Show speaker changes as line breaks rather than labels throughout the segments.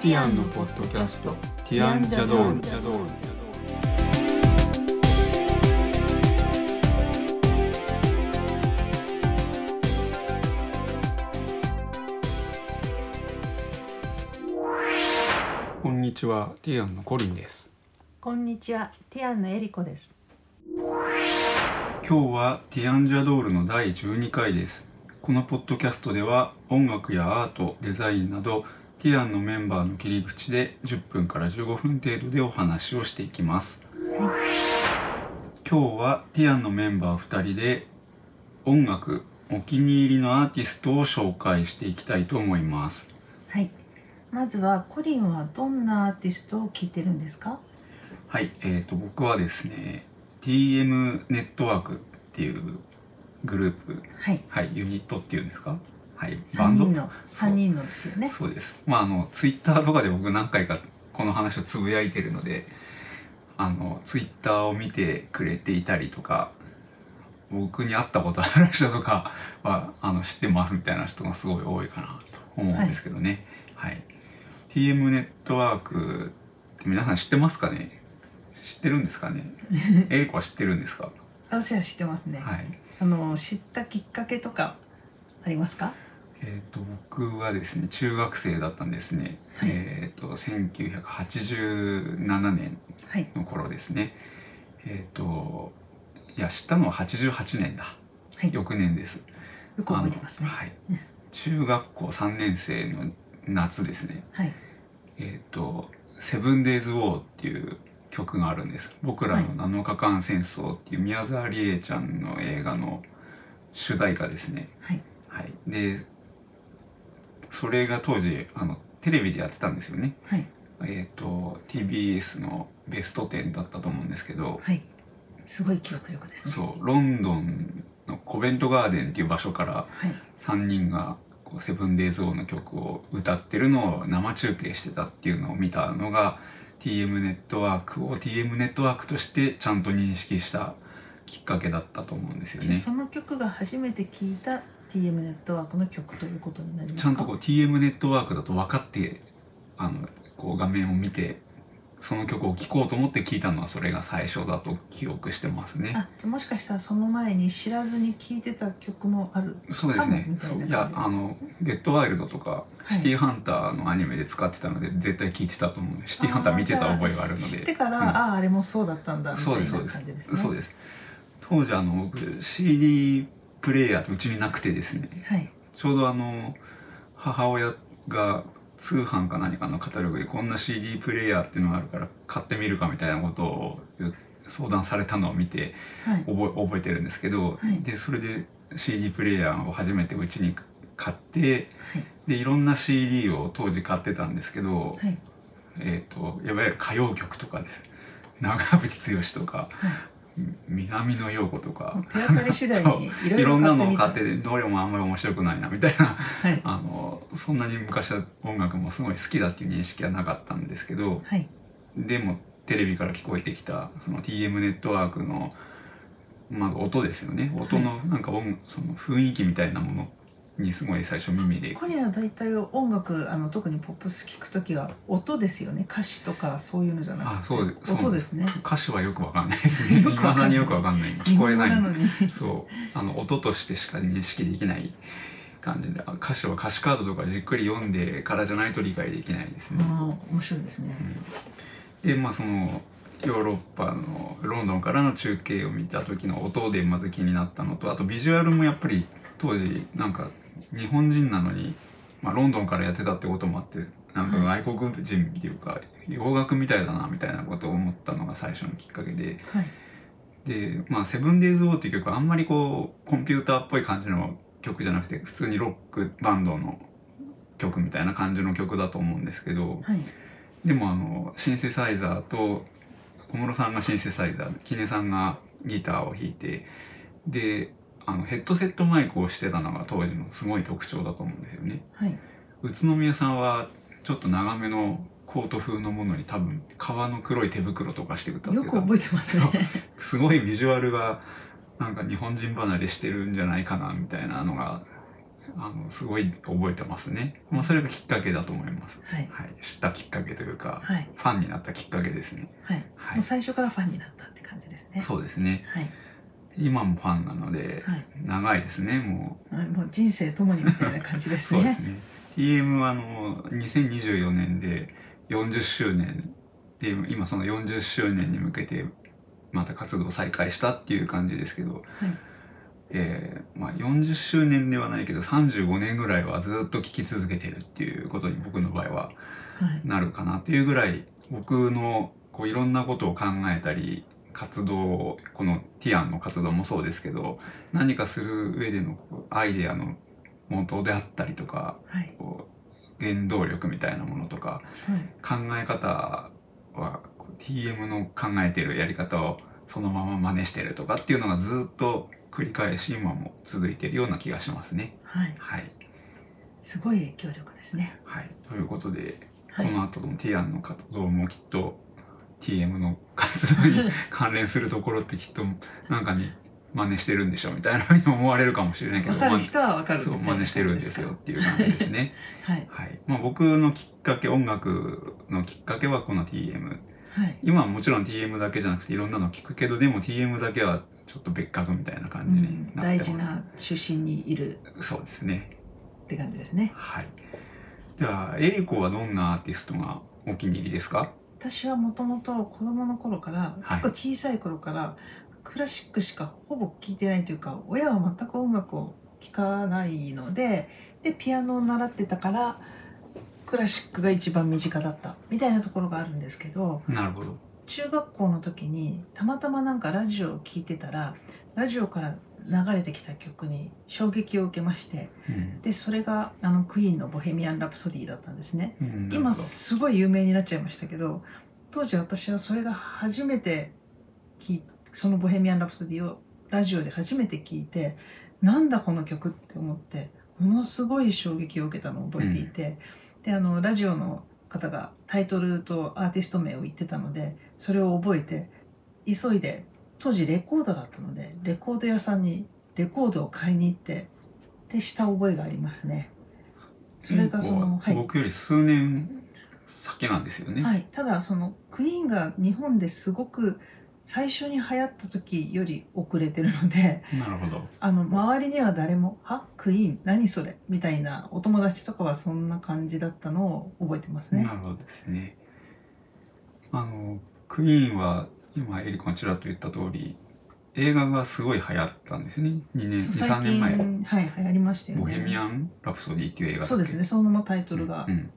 ッドキャスト「ティアンジャドール」こんにちはティアンのコリンです
こんにちは、ティアンのエリコです。
今日はティアンジャドールの第12回ですこのポッドキャストでは音楽やアートデザインなどティアンのメンバーの切り口で10分から15分程度でお話をしていきます、今日はティアンのメンバー2人で音楽お気に入りのアーティストを紹介していきたいと思います
はい。まずはコリンはどんなアーティストを聴いてるんですか？
はい、えー、と僕はですね TM ネットワークっていうグループ
はい。
はい、ユニットっていうんですか。はい、バ
三
ンド。
人の
そう
三人のです よね。
そうです。まあ、あの、ツイッターとかで僕何回かこの話をつぶやいてるので。あの、ツイッターを見てくれていたりとか。僕に会ったことある人とかは、あの、知ってますみたいな人がすごい多いかなと思うんですけどね。はい。TM ネットワークって皆さん知ってますかね知ってるんですかねエリコは知ってるんですか
私は知ってますね。
はい。
あの知ったきっかけとかありますか？
えー、と僕はですね中学生だったんですね、
はい
えー、と1987年
はい。
の頃ですねえっ、といや知ったのは88年だ
はい。よ
翌年です
く覚えてますね
あ。のはい中学校3年生の夏ですね
はい。
えっ、と「セブンデイズ・ウォー」っていう曲があるんです僕らの7日間戦争っていう宮沢りえちゃんの映画の主題歌ですね
はい。
はい、でそれが当時あのテレビでやってたんですよね、
はい。
えー、と TBS のベスト10だったと思うんですけど
はい。すごい記憶力ですね。
そうロンドンのコベントガーデンっていう場所から
はい。
3人がこう「セブンデイズ・オー」の曲を歌ってるのを生中継してたっていうのを見たのが TM ネットワークを TM ネットワークとしてちゃんと認識したきっかけだったと思うんですよね。
その曲が初めて聞いた T.M. ネットワークの曲ということになります
ち
か？
ゃんとこう TM ネットワークだと分かってあのこう画面を見てその曲を聴こうと思って聴いたのはそれが最初だと記憶してますね。
あ、じゃあもしかしたらその前に知らずに聴いてた曲もある。
そうですね
かも
そう
みたいない
やあの「ゲットワイルド」とか、
い
シティーハンター」のアニメで使ってたので絶対聴いてたと思うシティーハンター見てた覚えがあるの
知っ
で
てから、
うん
あああれもそうだったんだみたい
そうで
な
すそうです
感じですね
そうです当時あの僕 CD プレイヤーってうちになくてですね
はい
ちょうどあの母親が通販か何かのカタログでこんな CD プレイヤーっていうのがあるから買ってみるかみたいなことを言う相談されたのを見て
はい
覚え覚えてるんですけど、
はい
でそれで CD プレイヤーを初めてうちに買って
はい
でいろんな CD を当時買ってたんですけど、
はい
えー、といわゆる歌謡曲とかです長渕剛とか
はい
南野陽子と
も
か
う手当たり次第にいろい
いろ
ろ
んな
買って
のを
みた
買っててどれもあんまり面白くないなみたいな
はい
あのそんなに昔は音楽もすごい好きだっていう認識はなかったんですけど
はい
でもテレビから聞こえてきたその TM ネットワークの、まあ、音ですよね音のなんか音、その雰囲気みたいなものにすごい最初耳で
コリアは大体音楽あの特にポップス聞くときは音ですよね歌詞とかそういうのじゃなくて
あそうでそう
音ですね
歌詞はよくわかんないですねい
よく
ま
わかんな
だ
い
によくわかんない聞こえない
日本語なのに
そうあの音としてしか認識できない感じであ歌詞は歌詞カードとかじっくり読んでからじゃないと理解できないですね。
ああ面白いですね
でまあそのヨーロッパのロンドンからの中継を見た時の音でまず気になったのとあとビジュアルもやっぱり当時なんか日本人なのに、まあ、ロンドンからやってたってこともあってなんか
は
外国人っていうか洋楽みたいだなみたいなことを思ったのが最初のきっかけで
はい
でまあ「セブンデイズ・ウォー」っていう曲はあんまりこうコンピューターっぽい感じの曲じゃなくて普通にロックバンドの曲みたいな感じの曲だと思うんですけど、
はい
でもあのシンセサイザーと小室さんがシンセサイザー絹さんがギターを弾いてであのヘッドセットマイクをしてたのが当時のすごい特徴だと思うんですよね。
はい
宇都宮さんはちょっと長めのコート風のものに多分革の黒い手袋とかして歌って
よ
た
く覚えてますね
そうすごいビジュアルがなんか日本人離れしてるんじゃないかなみたいなのがあのすごい覚えてますね。まあ、それがきっかけだと思います。
はい
はい、知ったきっかけというか。ファンになったきっかけですね。
はい、
は
もう
い。
最初からファンになったって感じですね
そうですね。
はい
今もファンなので、
はい
長いですね、もう。
はいもう人生ともにみたいな感じです
そうです
ね
ね。TM はあの、2024年で40周年で、今その40周年に向けて、また活動を再開したっていう感じですけど、
はい
えーまあ、40周年ではないけど35年ぐらいはずっと聴き続けてるっていうことに僕の場合は
はい
なるかなっていうぐらい僕のこういろんなことを考えたり活動をこのティアンの活動もそうですけど何かする上でのこうアイデアの元であったりとか
はい
こう原動力みたいなものとか
はい
考え方はこう TM の考えてるやり方をそのまま真似してるとかっていうのがずっと繰り返し今も続いてるような気がしますね。
はい
はい、
すごい影響力ですね
はい、ということで
は
こ
い
の後のティアンの活動もきっと TM の活動 に関連するところってきっとなんかに真似してるんでしょみたいなふうに思われるかもしれないけど
わかる人はわか
真似
る
そう真似してるんですよっていう感じですね。
はい
はいまあ、僕のきっかけ音楽のきっかけはこの TM
はい
今はもちろん TM だけじゃなくていろんなの聞くけどでも TM だけはちょっと別格みたいな感じ
うん
になっ
大
て
事
ま
な出身にいる
す、そうですね
って感じですね
はいじゃあエリコはどんなアーティストがお気に入りですか
私はもともと子供の頃から、
はい
結構小さい頃からクラシックしかほぼ聴いてないというか親は全く音楽を聴かないのででピアノを習ってたからクラシックが一番身近だったみたいなところがあるんですけど
なるほど
中学校の時にたまたまなんかラジオを聴いてたらラジオから流れてきた曲に衝撃を受けまして
うん
でそれがあのクイーンの「ボヘミアン・ラプソディ」だったんですね。
うんなるほ
今
ど
すごい有名になっちゃいましたけど当時私はそれが初めて聞いその「ボヘミアン・ラプソディ」をラジオで初めて聞いてなんだこの曲って思ってものすごい衝撃を受けたのを覚えていて、であのラジオの方がタイトルとアーティスト名を言ってたのでそれを覚えて急いで当時レコードだったのでレコード屋さんにレコードを買いに行ってでした覚えがありますね。それがそ
エリコ
の
は
はい
僕より数年先なんですよね、
はい、ただそのクイーンが日本ですごく最初に流行った時より遅れてるので
なるほど
あの周りには誰も「はクイーン何それ?」みたいなお友達とかはそんな感じだったのを覚えてますね
な。るほどですね。あの、クイーンは、今、エリコがちらっと言った通り、映画がすごい流行ったんですよね。2年、
そう
2、3年前。
はい流行りましたよね。
ボヘミアン・ラプソディっていう映画だっけ
そうですねそのままタイトルが、
うん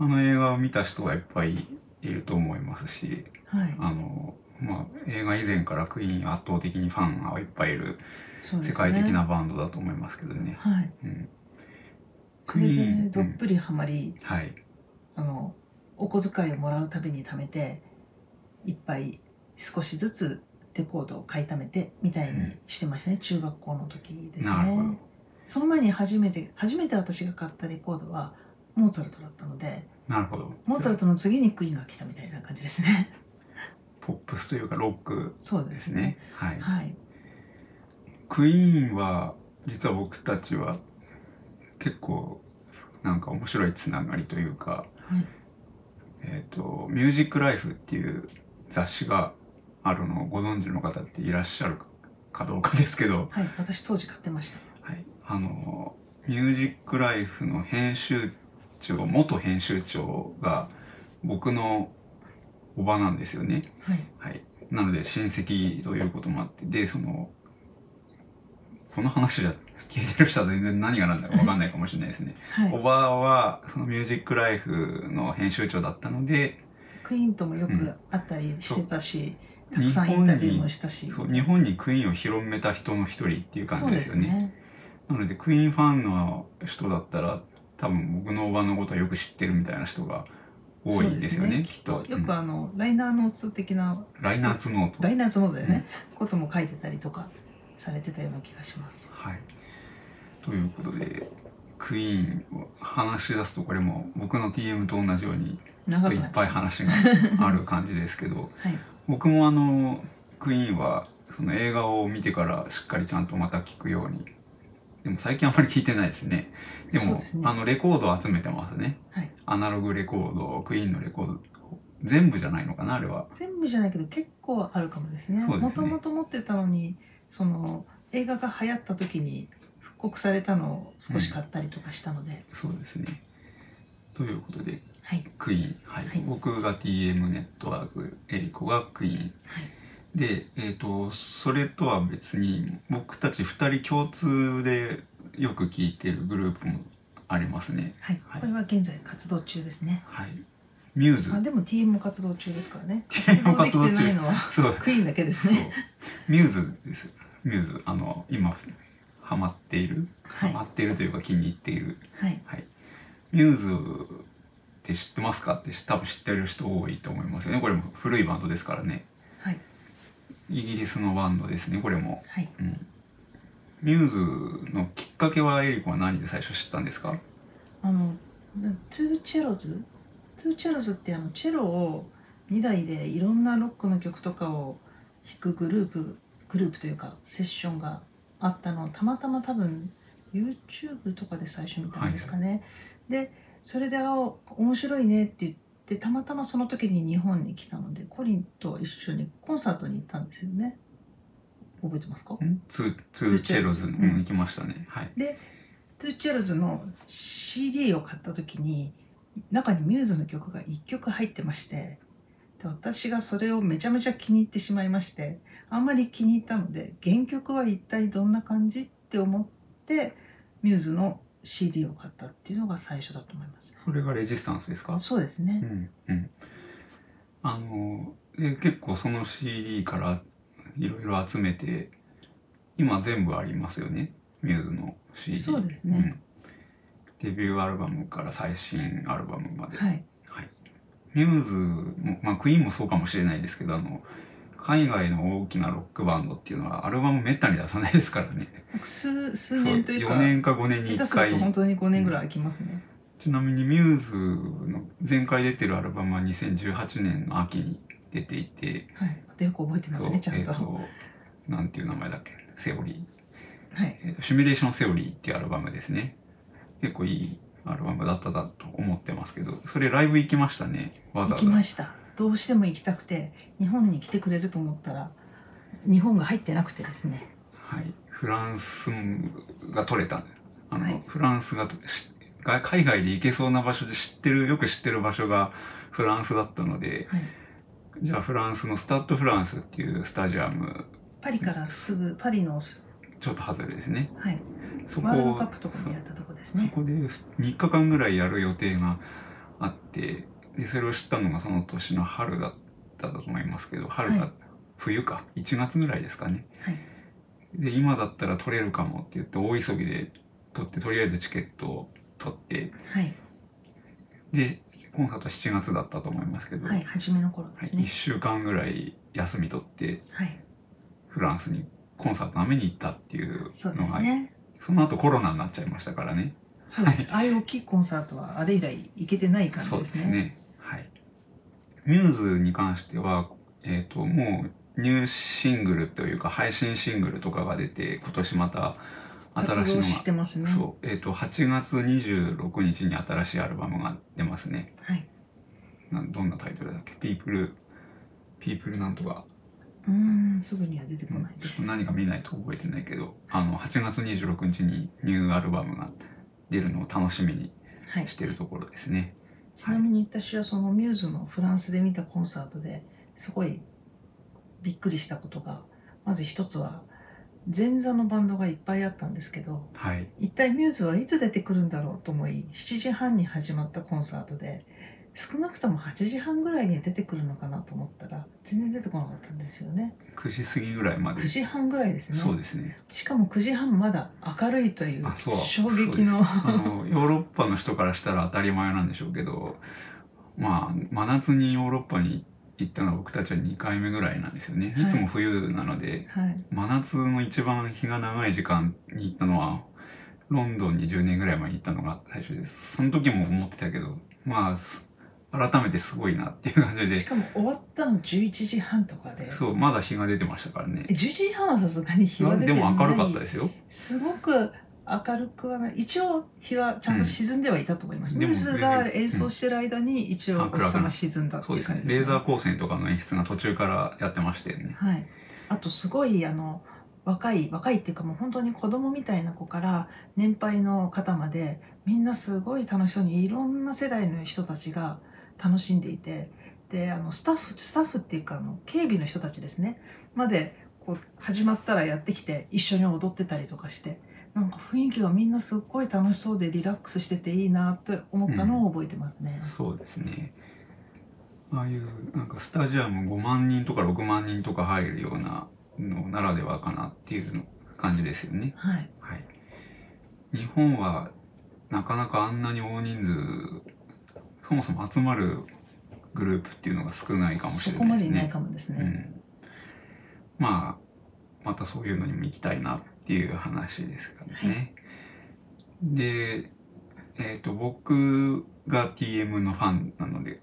あの映画を見た人がいっぱいいると思いますし、
はい
あの、まあ、映画以前からクイーン圧倒的にファンがいっぱいいる
そうですね
世界的なバンドだと思いますけどね。
はい
うん、
そ
ク
れ
イー
で
ン
どっぷりハマり、
はい。
あのお小遣いをもらうたびに貯めていっぱい少しずつレコードを買い貯めてみたいにしてましたね、中学校の時です
なるほど
ね。その前に初めて初めて私が買ったレコードはモーツァルトだったので
なるほど。
モーツァルトの次にクイーンが来たみたいな感じです ね
ポップスというかロック
そうで
ですすね
ね。
はい。
はい
クイーンは実は僕たちは結構なんか面白いつながりというか、
はい
えっ、と「ミュージック・ライフ」っていう雑誌があるのをご存知の方っていらっしゃるかどうかですけど、
はい私当時買ってました
はい、あの「ミュージック・ライフ」の編集長元編集長が僕のおばなんですよね。
はい
はい、なので親戚ということもあってでそのこの話じゃ聞いてる人は全然何が何だか分かんないかもしれないですね。
は
お
い
ばはそのミュージックライフの編集長だったので
クイーンともよ
うん
く会ったりしてたし、
そう
たくさんインタビューもしたし
そう日本にクイーンを広めた人の一人っていう感
そう
じ
で
です
す
よね。
ね
なのでクイーンファンの人だったら多分僕のおばのことはよく知ってるみたいな人が多いんですよね
そう
きっと。
よくあの、ライナーノーツ的な
うんライナーツノート
ライナーズモードでね、ことも書いてたりとかされてたような気がします。
はい。ということで、クイーンを話し出すとこれも僕の TM と同じように
長く
い
な
っ
っち
ぱい
ゃう。
話がある感じですけど、
はい
僕もあのクイーンはその映画を見てからしっかりちゃんとまた聞くようにでも最近あんまり聞いてないですね。で
そう
も、
ですね
あの、レコードを集めてますね。
はい
アナログレコード、クイーンのレコード、全部じゃないのかな、あれは。
全部じゃないけど結構あるかもですね
そうですね
もともと持ってたのにその映画が流行った時に復刻されたのを少し買ったりとかしたので、
そうですね。ということで、
はい
クイーン。はい。
はい
僕が TM ネットワーク、エリコがクイーン。
はい
で、えっ、と、それとは別に、僕たち二人共通でよく聞いてるグループもありますね。
はい、
はい
これは現在活動中ですね
はい。ミューズ
あ。でも TM も活動中ですからね
TM も活動中
できてないのは
そう。
クイーンだけです
そう
ね。
ミューズです。ミューズ。あの、今、ハマっている。
は
ハ
い
マっているというか気に入っている。
はい
ミューズって知ってますかって多分知ってる人多いと思いますよねこれも古いバンドですからね
はい
イギリスのバンドですねこれも、
はい
うん、ミューズのきっかけはエリコは何で最初知ったんですか
あのなトゥーチェロズトゥーチェロズってあのチェロを2台でいろんなロックの曲とかを弾くグループグループというかセッションがあったのをたまたま多分 YouTube とかで最初見たんですかね。でそれで「あ面白いね」って言ってたまたまその時に日本に来たのでコリンと一緒にコンサートに行ったんですよね。覚えてますか
んツーツーチェロズ
ツーチェロ
う
ズ
ん行きましたねはい
トゥーチェルズの CD を買った時に中にミューズの曲が1曲入ってましてで私がそれをめちゃめちゃ気に入ってしまいましてあんまり気に入ったので原曲は一体どんな感じって思ってミューズの CD を買ったっていうのが最初だと思います。
それがレジスタンスですか
そうです
う
ね。
んうんあので結構その CD からいろいろ集めて今全部ありますよねミューズの CD
そうですね
うん、デビューアルバムから最新アルバムまで、
はい。
ミューズも、まあ、クイーンもそうかもしれないですけどあの海外の大きなロックバンドっていうのはアルバムめったに出さないですからね
なんか数数年というか
4年か5年に
下手
1
する
回
と本当に5年ぐらい空きますね。
ちなみにミューズの前回出てるアルバムは2018年の秋に出ていて、
はい。あとよく覚えてます
そう
ねちゃ
え
ん
っ
と。は
となんていう名前だっけセオリー、
い。
えっとシミュレーションセオリーっていうアルバムですね結構いいアルバムだっただと思ってますけどそれライブ行きましたねわざ
行
わ
き
ざ
ましたどうしても行きたくて日本に来てくれると思ったら日本が入ってなくてですね
はい、フランスが取れたあの、
はい
フランスがとしが海外で行けそうな場所で知ってるよく知ってる場所がフランスだったので
はい
じゃあフランスのスタッド・フランスっていうスタジアム
パリからすぐパリの、
ちょっと外れですね
はい、
そこ
ワールド
を
カップとかもやったとこです
そ
ね
こで3日間ぐらいやる予定があってでそれを知ったのがその年の春だったと思いますけど春が、
はい
冬か1月ぐらいですかね
はい
で今だったら取れるかもって言って大急ぎで取ってとりあえずチケットを取って
はい、
でコンサートは7月だったと思いますけど、
はい、初めの頃です
1
ね
週間ぐらい休み取って
はい
フランスにコンサートのために行ったっていう
そうで
の
す
が
ね
その後コロナになっちゃいましたからね
そうですああいう大きいコンサートはあれ以来行けてない感じ
そう
で
ですす
ね
ね。はい。ミューズに関しては、えっ、と、もうニューシングルというか、配信シングルとかが出て、今年また新しい
活
の
動
が、
してますね
そう、えっ、と、8月26日に新しいアルバムが出ますね。
はい
なんどんなタイトルだっけ ?People、People なんとか、
うーんすぐには出て
う
こ
ん
ない
ち
で
ょっ
す
と何か見ないと覚えてないけど、あの、8月26日にニューアルバムが出るのを楽しみに
はい
してるところですね。
ちなみに私はそのミューズのフランスで見たコンサートですごいびっくりしたことがまず一つは前座のバンドがいっぱいあったんですけど
はい。
一体ミューズはいつ出てくるんだろうと思い7時半に始まったコンサートで少なくとも8時半ぐらいには出てくるのかなと思ったら全然出てこなかったんですよね
9時過ぎぐらいまで
9時半ぐらいですね
そうですね。
しかも9時半まだ明るいという
あそう
衝撃の
あの ヨーロッパの人からしたら当たり前なんでしょうけど、まあ真夏にヨーロッパに行ったのは僕たちは2回目ぐらいなんですよね。
はい
いつも冬なので、
はい
真夏の一番日が長い時間に行ったのはロンドンに10年ぐらい前に行ったのが最初です。その時も思ってたけど、まあす改めてすごいなっていう感じで
し、かも終わったの11時半とかで
そうまだ日が出てましたからね
え。11時半はさすがに日は出て
で
ない
も明るかったですよ。
すごく明るくはない一応日はちゃんと沈んではいたと思います、
うん
ニ
で
ュ
も
ースが演奏してる間に一応
うん
お日様沈んだって
そうで
いう
す
感
ね
じですね
レーザー光線とかの演出が途中からやってましたよね
はい、あとすごいあの若い若いっていうかもう本当に子供みたいな子から年配の方までみんなすごい楽しそうにいろんな世代の人たちが楽しんでいてであのスタッフスタッフっていうかあの警備の人たちですねまでこう始まったらやってきて一緒に踊ってたりとかしてなんか雰囲気がみんなすっごい楽しそうでリラックスしてていいなと思ったのを覚えてますね。
そうですねああいうなんかスタジアム5万人とか6万人とか入るようなのならではかなっていうの感じですよね
はい、
はい、日本はなかなかあんなに大人数そもそも集まるグループっていうのが少ないかもしれ
そこ
な
ま
い
で
です
いない
ね。
かもですね。
うんまあまたそういうのにも行きたいなっていう話ですからね。で、えっと僕が TM のファンなので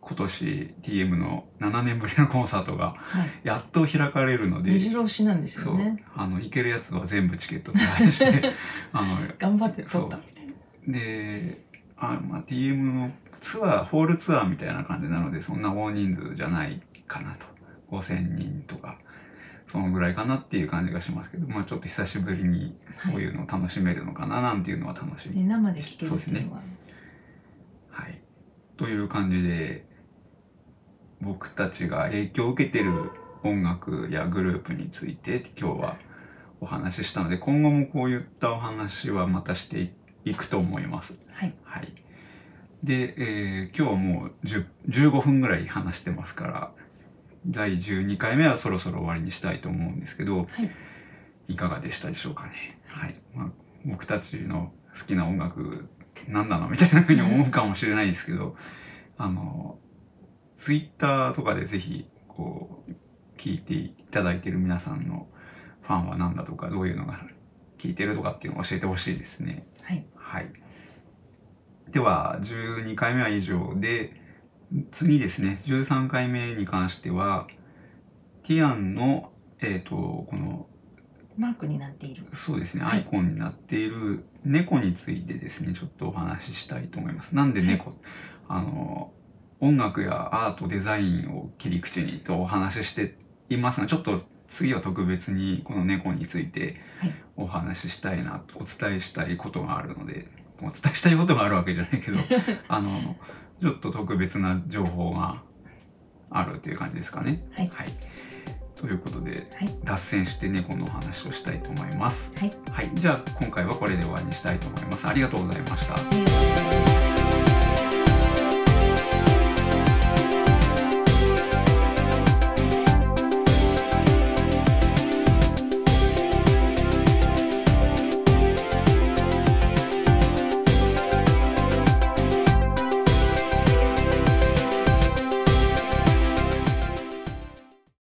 今年 TM の7年ぶりのコンサートが
はい、
やっと開かれるので。
目白押しなんですよね。
そうあの行けるやつは全部チケット手配して あの
頑張って撮ったみたいな。
であ、まあ、DM のツアーホールツアーみたいな感じなのでそんな大人数じゃないかなと5,000人とかそのぐらいかなっていう感じがしますけど、まあ、ちょっと久しぶりにそういうのを楽しめるのかななんていうのは楽しみ、
ね生で聴けるっていうのは
はい、という感じで僕たちが影響を受けてる音楽やグループについて今日はお話ししたので今後もこういったお話はまたしていくと思います。
はい
はい、で、えー今日はもう10 15分ぐらい話してますから第12回目はそろそろ終わりにしたいと思うんですけど、、
はい
かがでしたでしょうかね。はいまあ、僕たちの好きな音楽何なのみたいなふうに思うかもしれないですけどあのツイッターとかでぜひこう聞いていただいてる皆さんのファンは何だとかどういうのが聞いてるとかっていうのを教えてほしいですね。
はい、
はい。では、12回目は以上で、次ですね、13回目に関しては、ティアンの、えっ、と、この、
マークになっている。
そうですね、
は
ア
い
イコンになっている猫についてですね、ちょっとお話ししたいと思います。なんで猫、あの、音楽やアート、デザインを切り口にとお話ししていますが、ちょっと次は特別にこの猫について
はい
お話ししたいな、お伝えしたいことがあるので、お伝えしたいことがあるわけじゃないけ ど、あの、ちょっと特別な情報があるという感じですかね。
はい
ということで、
はい
脱線して猫のお話をしたいと思います。
はい
はい、じゃあ今回はこれで終わりにしたいと思います。ありがとうございました。
ありがとうございました